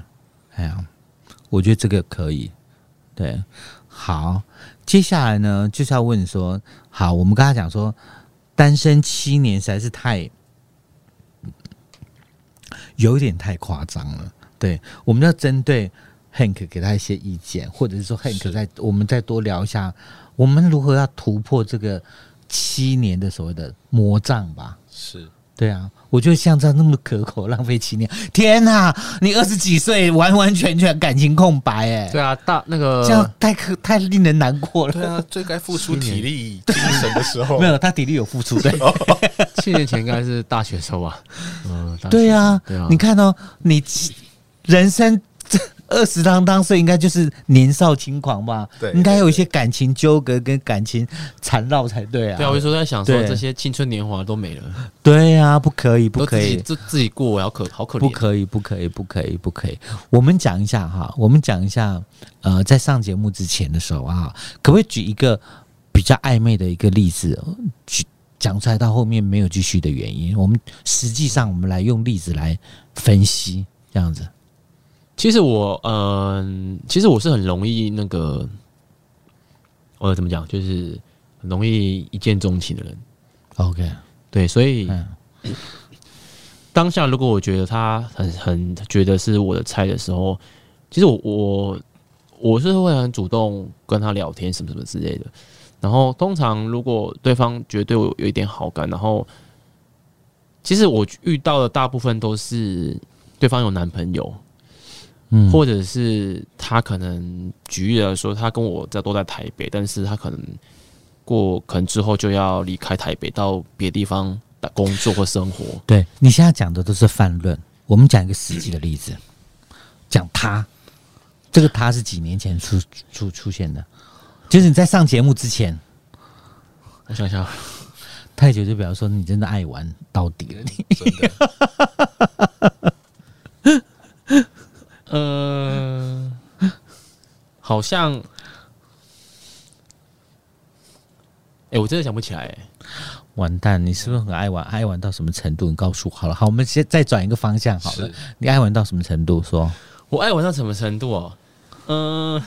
A: 哎呀，我觉得这个可以。对，好，接下来呢就是要问说，好，我们刚才讲说，单身七年实在是太，有一点太夸张了。对，我们要针对 Hank 给他一些意见，或者是说 Hank 再我们再多聊一下，我们如何要突破这个七年的所谓的魔障吧。
B: 是
A: 对啊，我就像这样那么可口，浪费七年，天哪！你二十几岁，完完全全感情空白、哎，
C: 对啊，大那
A: 这样
C: 个
A: 太可太令人难过了。
B: 对 (laughs) 啊，最该付出体力、精神的时
C: 哦
B: 候
A: 没，有，他体力有付
C: (laughs)
A: 出，对
C: 七年前应该是大学的时候 (laughs) 吧？嗯，大学
A: 对啊
C: 对啊，
A: 你看哦，你人生这二十当当岁，应该就是年少轻狂吧？
B: 对
A: 应该有一些感情纠葛跟感情缠绕才对啊。
C: 对啊，我就说在想说
A: 对
C: 这些青春年华都没了，
A: 对啊，不可以，不
C: 都
A: 可
C: 自己
A: 以。
C: 自自己过，然后可好可怜，
A: 不可以，不可以，不可以，不可以。我们讲一下哈，我们讲一下，呃，在上节目之前的时候啊，可不可以举一个比较暧昧的一个例子，举讲出来到后面没有继续的原因？我们实际上我们来用例子来分析，这样子。
C: 其实我嗯、其实我是很容易那个，我怎么讲，就是很容易一见钟情的人。
A: OK，
C: 对，所以
A: 嗯
C: 当下如果我觉得他很很觉得是我的菜的时候，其实我我我是会很主动跟他聊天什么什么之类的。然后通常如果对方觉得对我有一点好感，然后其实我遇到的大部分都是对方有男朋友，
A: 嗯，
C: 或者是他可能举例来说，他跟我在都在台北，但是他可能过可能之后就要离开台北，到别地方打工作或生活。
A: 对你现在讲的都是泛论，我们讲一个实际的例子，讲他，这个他是几年前出出出现的，就是你在上节目之前。
C: (laughs) 我想想，
A: 太久就表示说你真的爱玩到底了，你
B: 真的
C: 呃，好像，哎、我真的想不起来、欸。
A: 完蛋，你是不是很爱玩？爱玩到什么程度？你告诉我好了，好，我们先再转一个方向好了
B: 是。
A: 你爱玩到什么程度？说
C: 我爱玩到什么程度哦？嗯、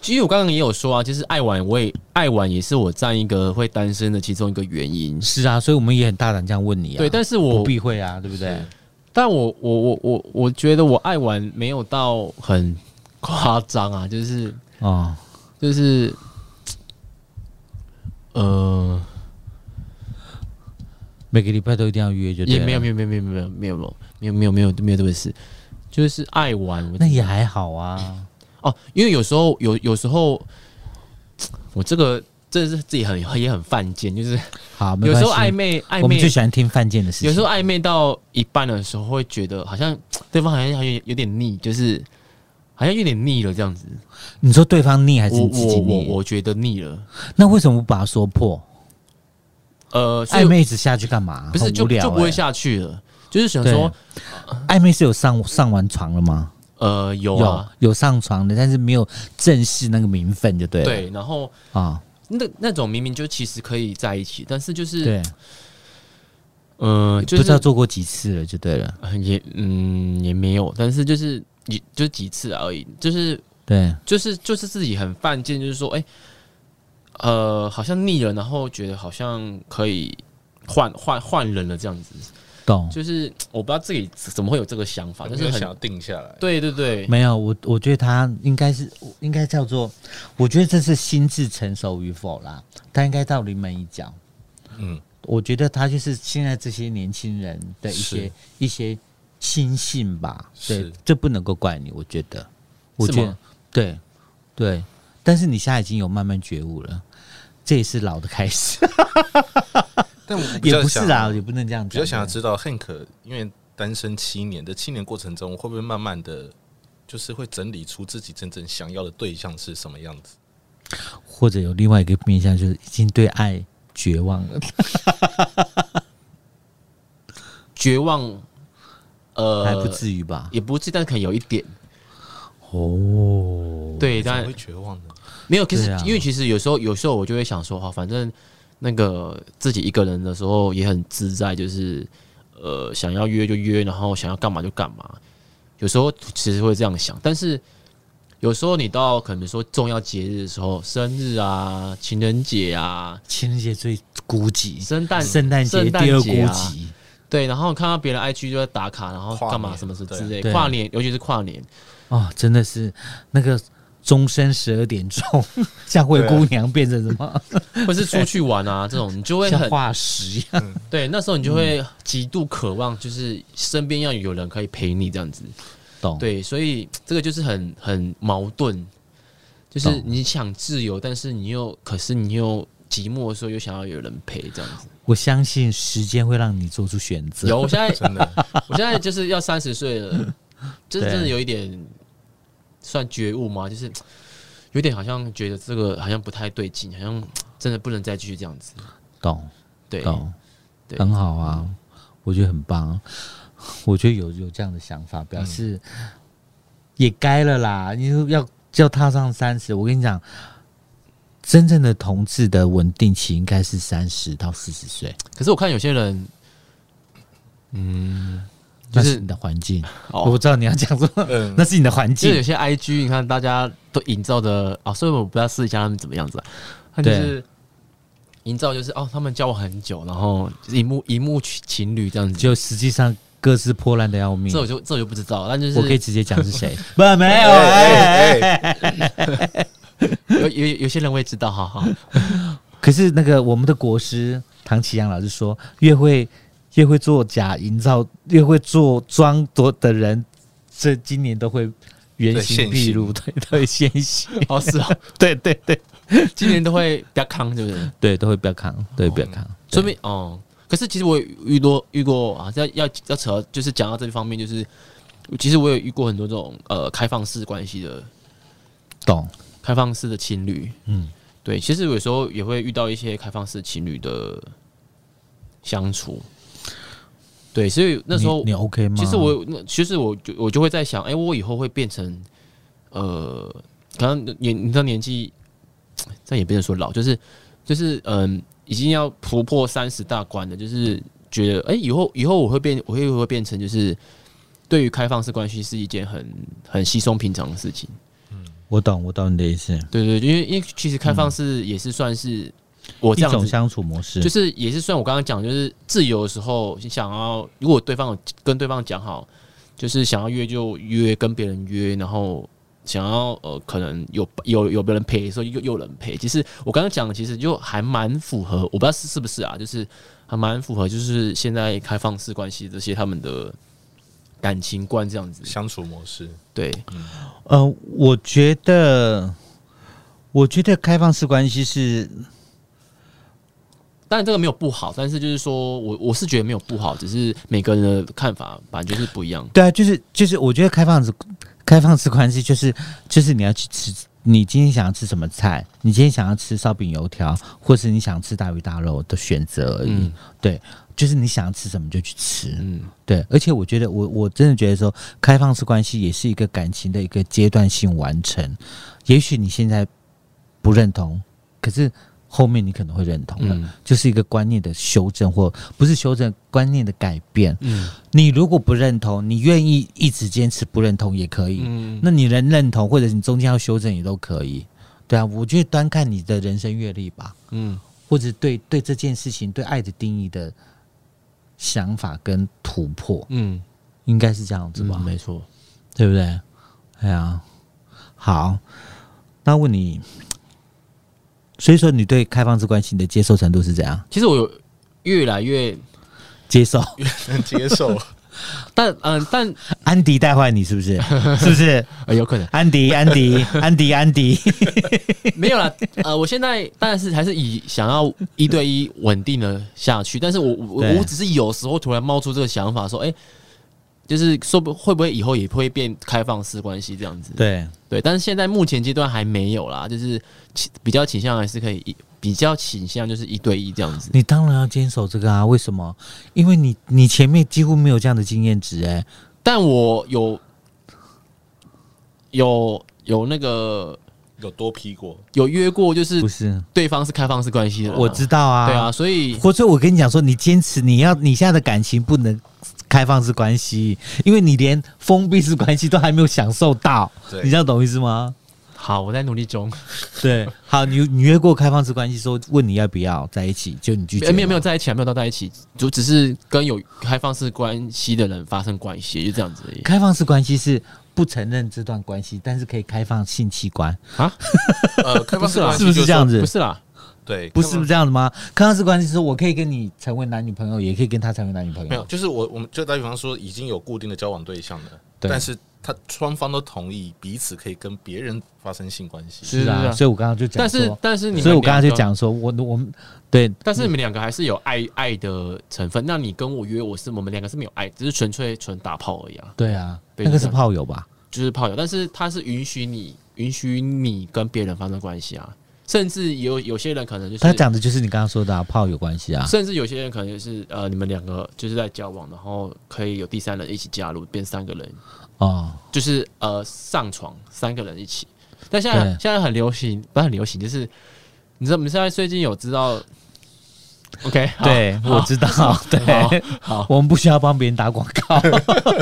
C: 其实我刚刚也有说啊，就是爱玩，我也爱玩，也是我占一个会单身的其中一个原因。
A: 是啊，所以我们也很大胆这样问你啊。
C: 对，但是我
A: 不避讳啊，对不对？
C: 但我我我我我觉得我爱玩没有到很夸张啊，就是
A: 哦，
C: 就是，呃，
A: 每个礼拜都一定要约就对
C: 也
A: 了
C: 没有没有没有没有没有没有没有没有没有没有这回事，就是爱玩。我
A: 那也还好啊。
C: 哦，因为有时候有有时候，我这个真的是自己很也很犯贱，就是
A: 好，没
C: 有时候
A: 关
C: 暧
A: 系，
C: 昧暧
A: 我们
C: 昧
A: 最，喜欢听犯贱的事情。
C: 有时候暧昧到一半的时候会觉得好像对方好像有点有点腻，就是好像有点腻了这样子。
A: 你说对方腻还是
C: 我
A: 你自
C: 我
A: 己
C: 我
A: 腻？
C: 我觉得腻了，
A: 那为什么不把它说破？
C: 呃，所以
A: 暧昧一直下去干嘛？
C: 不是
A: 很
C: 就
A: 无聊
C: 就不会
A: 欸
C: 下去了，就是想说，
A: 暧昧是有上上完床了吗？
C: 呃，有
A: 有
C: 啊，
A: 有上床的，但是没有正式那个名分就对了。
C: 对，然后
A: 啊，
C: 那那种明明就其实可以在一起，但是就是，
A: 对，
C: 呃，就
A: 不知道
C: 是
A: 做过几次了就对了。
C: 呃也嗯也没有，但是就是也就几次而已，就是
A: 对，
C: 就是就是自己很犯贱，就是说，哎、呃，好像腻了，然后觉得好像可以换换换人了这样子，
A: 懂。
C: 就是我不知道自己怎么会有这个想法，
B: 反
C: 但
B: 正
C: 是
B: 想
C: 很
B: 要定下来。
C: 对对对，
A: 没有，我我觉得他应该是应该叫做，我觉得这是心智成熟与否啦。他应该到临门一脚。
B: 嗯，
A: 我觉得他就是现在这些年轻人的一些
B: 是
A: 一些心性吧。对
B: 是，
A: 这不能够怪你，我觉得。我觉得
C: 吗
A: 对对，但是你现在已经有慢慢觉悟了，这也是老的开始。
B: (laughs) 但我比
A: 也
B: 较
A: 不是
B: 想
A: 啊，也不能这样讲。
B: 比较想要知道 Hank 因为单身七年，这七年过程中会不会慢慢的，就是会整理出自己真正想要的对象是什么样子？
A: 或者有另外一个面向，就是已经对爱绝望了。
C: 绝望，呃，
A: 还不至于吧？
C: 也不是，但可能有一点。
A: 哦，
C: 对，
B: 怎么
C: 但
B: 会绝望呢？
C: 没有，可是
A: 对啊
C: 因为其实有时候，有时候我就会想说，哈，反正那个自己一个人的时候也很自在，就是呃，想要约就约，然后想要干嘛就干嘛。有时候其实会这样想，但是有时候你到可能说重要节日的时候，生日啊、情人节啊、
A: 情人节最孤寂，
C: 圣诞、
A: 圣诞节
C: 圣
A: 第二孤
C: 节啊
A: 寂。
C: 对，然后看到别人 IG 就在打卡，然后
B: 跨
C: 干嘛
B: 年
C: 什么什么
B: 对
C: 之类，
A: 对
C: 跨年，尤其是跨年，
A: 哦，真的是那个钟声十二点钟， (laughs) 像灰姑娘变成什么，
C: 或是出去玩啊，这种你就啊会
A: 像
C: 很
A: 化嗯石一样。
C: 对，那时候你就会极度渴望，就是身边要有人可以陪你这样子。
A: 懂？，
C: 对，所以这个就是很很矛盾，就是
A: 懂
C: 你想自由，但是你又可是你又寂寞的时候又想要有人陪这样子。
A: 我相信时间会让你做出选择。
C: 有，我现在
A: (laughs)
B: 真的，
C: 我现在就是要三十岁了，就是
A: 对
C: 真的有一点算觉悟吗？就是有点好像觉得这个好像不太对劲，好像真的不能再继续这样子。
A: 懂？
C: 对，
A: 懂？
C: 对
A: 哦很好啊，我觉得很棒。 (laughs) 我觉得有有这样的想法，
C: 嗯
A: 表示也该了啦。你说要要踏上三十，我跟你讲，真正的同志的稳定期应该是三十到四十岁，
C: 可是我看有些人，
A: 那
C: 就是
A: 是你的环境。
C: 哦
A: 我知道你要讲什
C: (laughs)
A: 么，
B: 嗯
A: 那，是你的环
C: 就是有
A: 境。
C: 些 IG，你看大家都营造的啊，所以我不要试一下他们怎么样子、啊，他就
A: 对
C: 是营造就是哦，他们交往很久，然后就是一幕一幕情侣这样子，
A: 就实际上各自破烂的要命
C: 这。我就这我就不知道，但就是
A: 我可以直接讲是
C: (laughs)
A: 谁？不，没有。哎
B: 哎
A: 哎
B: 哎
C: 有有有些人会知道，哈哈，
A: 可是那个我们的国师唐启阳老师说，越会越会做假营造，越会做装多的人，这今年都会原形毕露，对，都会现形，
C: (laughs) 哦是哦，
A: 对对对
C: 今年都会比较康，对不对？
A: 对，都会不要扛，对，不要扛，
C: 说明哦，可是其实我有遇多遇过啊，要要要扯，就是讲到这方面，就是其实我有遇过很多这种呃开放式关系的
A: 懂，
C: 开放式的情侣，
A: 嗯，
C: 对，其实有时候也会遇到一些开放式情侣的相处，对，所以那时候
A: 你你 OK 吗？
C: 其实我那其实我就我就会在想，哎、我以后会变成呃，可能年你知道年纪，这样也不能说老，就是就是嗯，已经要突破三十大关了，就是觉得哎、以后以后我会变，我会会变成就是对于开放式关系是一件很很稀松平常的事情。
A: 我懂，我懂你的意思，
C: 对对，对因为因为其实开放式也是算是我
A: 嗯一
C: 这样
A: 种
C: 子，
A: 相处模式，
C: 就是也是算我刚刚讲，就是自由的时候你想要，如果对方有跟对方讲好，就是想要约就约，跟别人约，然后想要呃可能有有有别人陪的时候又又有人陪。其实我刚刚讲的其实就还蛮符合，我不知道是是不是啊，就是还蛮符合就是现在开放式关系这些他们的感情观这样子。
B: 相处模式，
C: 对，
A: 呃，我觉得，我觉得开放式关系是
C: 当然这个没有不好，但是就是说我我是觉得没有不好，只是每个人的看法反正就是不一样。
A: 对啊，就是就是，我觉得开放式开放式关系就是就是你要去吃，你今天想要吃什么菜，你今天想要吃烧饼油条，或是你想吃大鱼大肉的选择而已。
C: 嗯
A: 对，就是你想要吃什么就去吃。
C: 嗯，
A: 对，而且我觉得我我真的觉得说，开放式关系也是一个感情的一个阶段性完成。也许你现在不认同，可是后面你可能会认同了，
C: 嗯
A: 就是一个观念的修正，或不是修正观念的改变。
C: 嗯
A: 你如果不认同，你愿意一直坚持不认同也可以。
C: 嗯，
A: 那你能认同，或者你中间要修正也都可以。对啊，我觉得端看你的人生阅历吧，
C: 嗯
A: 或者对对这件事情、对爱的定义的想法跟突破，
C: 嗯，
A: 应该是这样子
C: 是吧？
A: 吧？
C: 没错。
A: 对不对？哎呀、好，那问你，所以说你对开放式关系你的接受程度是怎样？
C: 其实我有越来越，
A: 接
C: (laughs)
A: 受
B: 能接受， (laughs)
C: 但嗯、但、
A: 安迪带坏你是不是？是不
C: (laughs)
A: 是？
C: 呃、有可能
A: 安迪，安迪，安迪，安迪。
C: (laughs) 没有啦。呃，我现在但是还是以想要一对一稳定的下去，但是我我
A: 对
C: 我只是有时候突然冒出这个想法，说，哎、就是说不会不会以后也会变开放式关系这样子？
A: 对，
C: 对，但是现在目前阶段还没有啦，就是倾比较倾向还是可以一比较倾向就是一对一这样子。
A: 你当然要坚守这个啊！为什么？因为你你前面几乎没有这样的经验值哎、
C: 但我有有有那个
B: 有多批过，
C: 有约过，就是
A: 不是？
C: 对方是开放式关系的人啊，
A: 我知道啊，
C: 对啊，。所以
A: 或者我跟你讲说，你坚持你要你现在的感情不能开放式关系，因为你连封闭式关系都还没有享受到，
B: 对
A: 你知道懂意思吗？
C: 好，我在努力中。
A: 对，好，你你越过开放式关系说问你要不要在一起，就你拒绝了，
C: 没有没有没有在一起啊，没有到在一起，就只是跟有开放式关系的人发生关系，就这样子而已。
A: 开放式关系是不承认这段关系，但是可以开放性器官，
B: 呃，开放式关系
A: 是不
B: 就是
A: 啊这样子
C: 不？是啦，
B: 对，
A: 不
B: 开
A: 是
B: 放
A: 不是这样的吗？开放式关系是说我可以跟你成为男女朋友，也可以跟他成为男女朋
B: 没有，
A: 友。
B: 就是我我们就打比方说，已经有固定的交往对象了，
A: 对
B: 但是他双方都同意彼此可以跟别人发生性关系。
C: 是啊
A: 啊，所以我刚刚就讲
C: 但是
A: 说，
C: 但是你，
A: 所以我刚刚就，讲嗯说，我我们对，
C: 但是你们两个还是有爱爱的成分。那你跟我约，我是我们两个是没有爱，只是纯粹纯打炮而已啊，
A: 对啊，
C: 对
A: 那个
C: 就是这样
A: 炮友吧？
C: 就是炮友。但是他是允许你允许你跟别人发生关系啊，甚至有有些人可能就是
A: 他讲的就是你刚刚说的、啊、炮友关系啊。
C: 甚至有些人可能就是呃，你们两个就是在交往，然后可以有第三人一起加入，变三个人，
A: 哦，
C: 就是呃上床三个人一起。但现在
A: 对
C: 现在很流行，不是很流行，就是你知道我们现在最近有知道，OK，
A: (laughs)
C: 好
A: 对，
C: (laughs) 好
A: 我知道，对，
C: 好，
A: 我们不需要帮别人打广告，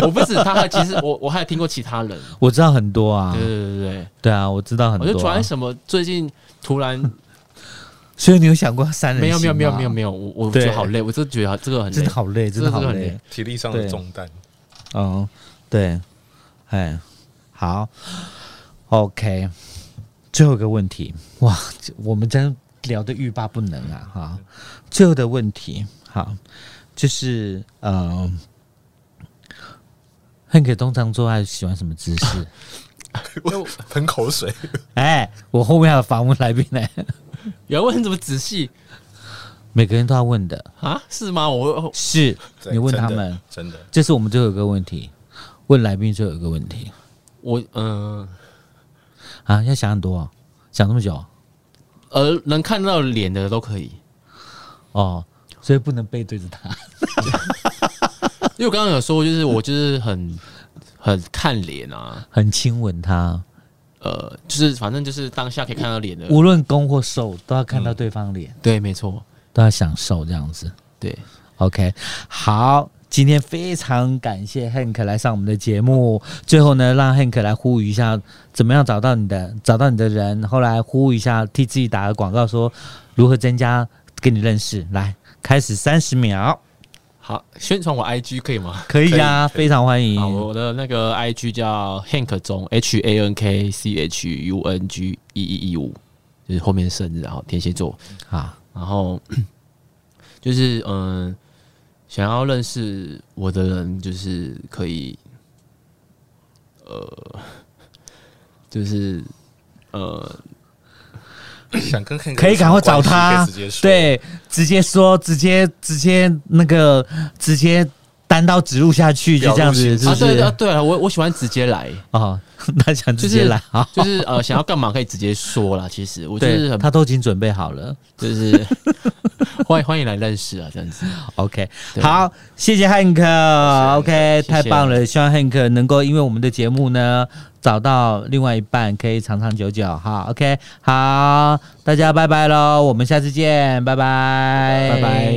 C: 我不止他，还其实我我还有听过
A: (laughs)
C: 其他人，
A: 我知道很多啊
C: 对，对对对，
A: 对啊，我知道很
C: 我
A: 多啊、
C: 就突然什么最近突然
A: 所以你有想过要三人
C: 没有没有
A: 行
C: 没有
A: 吗
C: 没有没有，我我觉得
A: 啊对
C: 好累，我真的觉得这个很
A: 真
C: 累
A: 的，好累，真的好
C: 这个很
A: 累
C: 累，
B: 体力上
A: 对
B: 的重担，
A: 嗯，对，哎，好，OK，最后一个问题，哇，这我们真聊得欲罢不能啊，哈，最后的问题，好，就是呃。汉克通常做爱喜欢什么姿势？ (laughs)
B: 我 (laughs) 喷口水。
A: 哎、我后面还有访问来宾呢、
C: 有人问这么仔细
A: (laughs) 每个人都要问的，
C: 啊？是吗？我
A: 是
B: 对
A: 你问他
B: 真的
A: 们，
B: 真的
A: 这是我们最后一个问题，问来宾最后一个问题
C: 我嗯。
A: 啊，要想很多、哦，想那么久哦
C: 呃，能看到脸的都可以。
A: 哦，所以不能背对着他。
C: 因为我刚刚有说，就是我就是很很看脸啊，
A: (laughs) 很亲吻他，
C: 呃，就是反正就是当下可以看到脸的。
A: 无论攻或受，都要看到对方脸，
C: 对，没错，
A: 嗯都要享受这样子。
C: 对，
A: OK，好，今天非常感谢 Hank 来上我们的节目。最后呢，让 Hank 来呼吁一下，怎么样找到你的找到你的人，后来呼吁一下，替自己打个广告说如何增加跟你认识。来，开始三十秒，
C: 好，宣传我 IG 可以吗？
A: 可以啊，
B: 可以可以哦
A: 非常欢迎
C: 啊，。我的那个 IG 叫 Hank 中 H A N K C H U N G 一一一五，就是后面生日，然后天蝎座，
A: 好，
C: 然后 (clears throat) 就是嗯、想要认识我的人，就是可以，呃， (laughs) 就是呃，
B: 想跟 Hank
A: 可以赶快找
B: 有什么关
A: 他
B: 系可以直接，说，
A: 对，直接说，直接直接那个，直接单刀直入下去，就这样子，
B: 表露
A: 是
B: 心
A: 不
C: 啊，
A: 是？
C: 对啊，对啊，我我喜欢直接来，
A: 哦，那想 (laughs) 直接
C: 是
A: 来啊，好
C: 就是呃，想要干嘛可以直接说啦。其实我就
A: 对
C: 是，很
A: 他都已经准备好了。
C: 就是
A: (laughs)
C: 欢迎欢迎来认识啊，这样子。
A: OK，
C: 对
A: 好，谢谢汉克，OK，
C: 谢谢
A: 太棒了，希望汉克能够因为我们的节目呢，找到另外一半，可以长长久久哈。OK，好，大家拜拜喽，我们下次见，拜拜，
C: 拜拜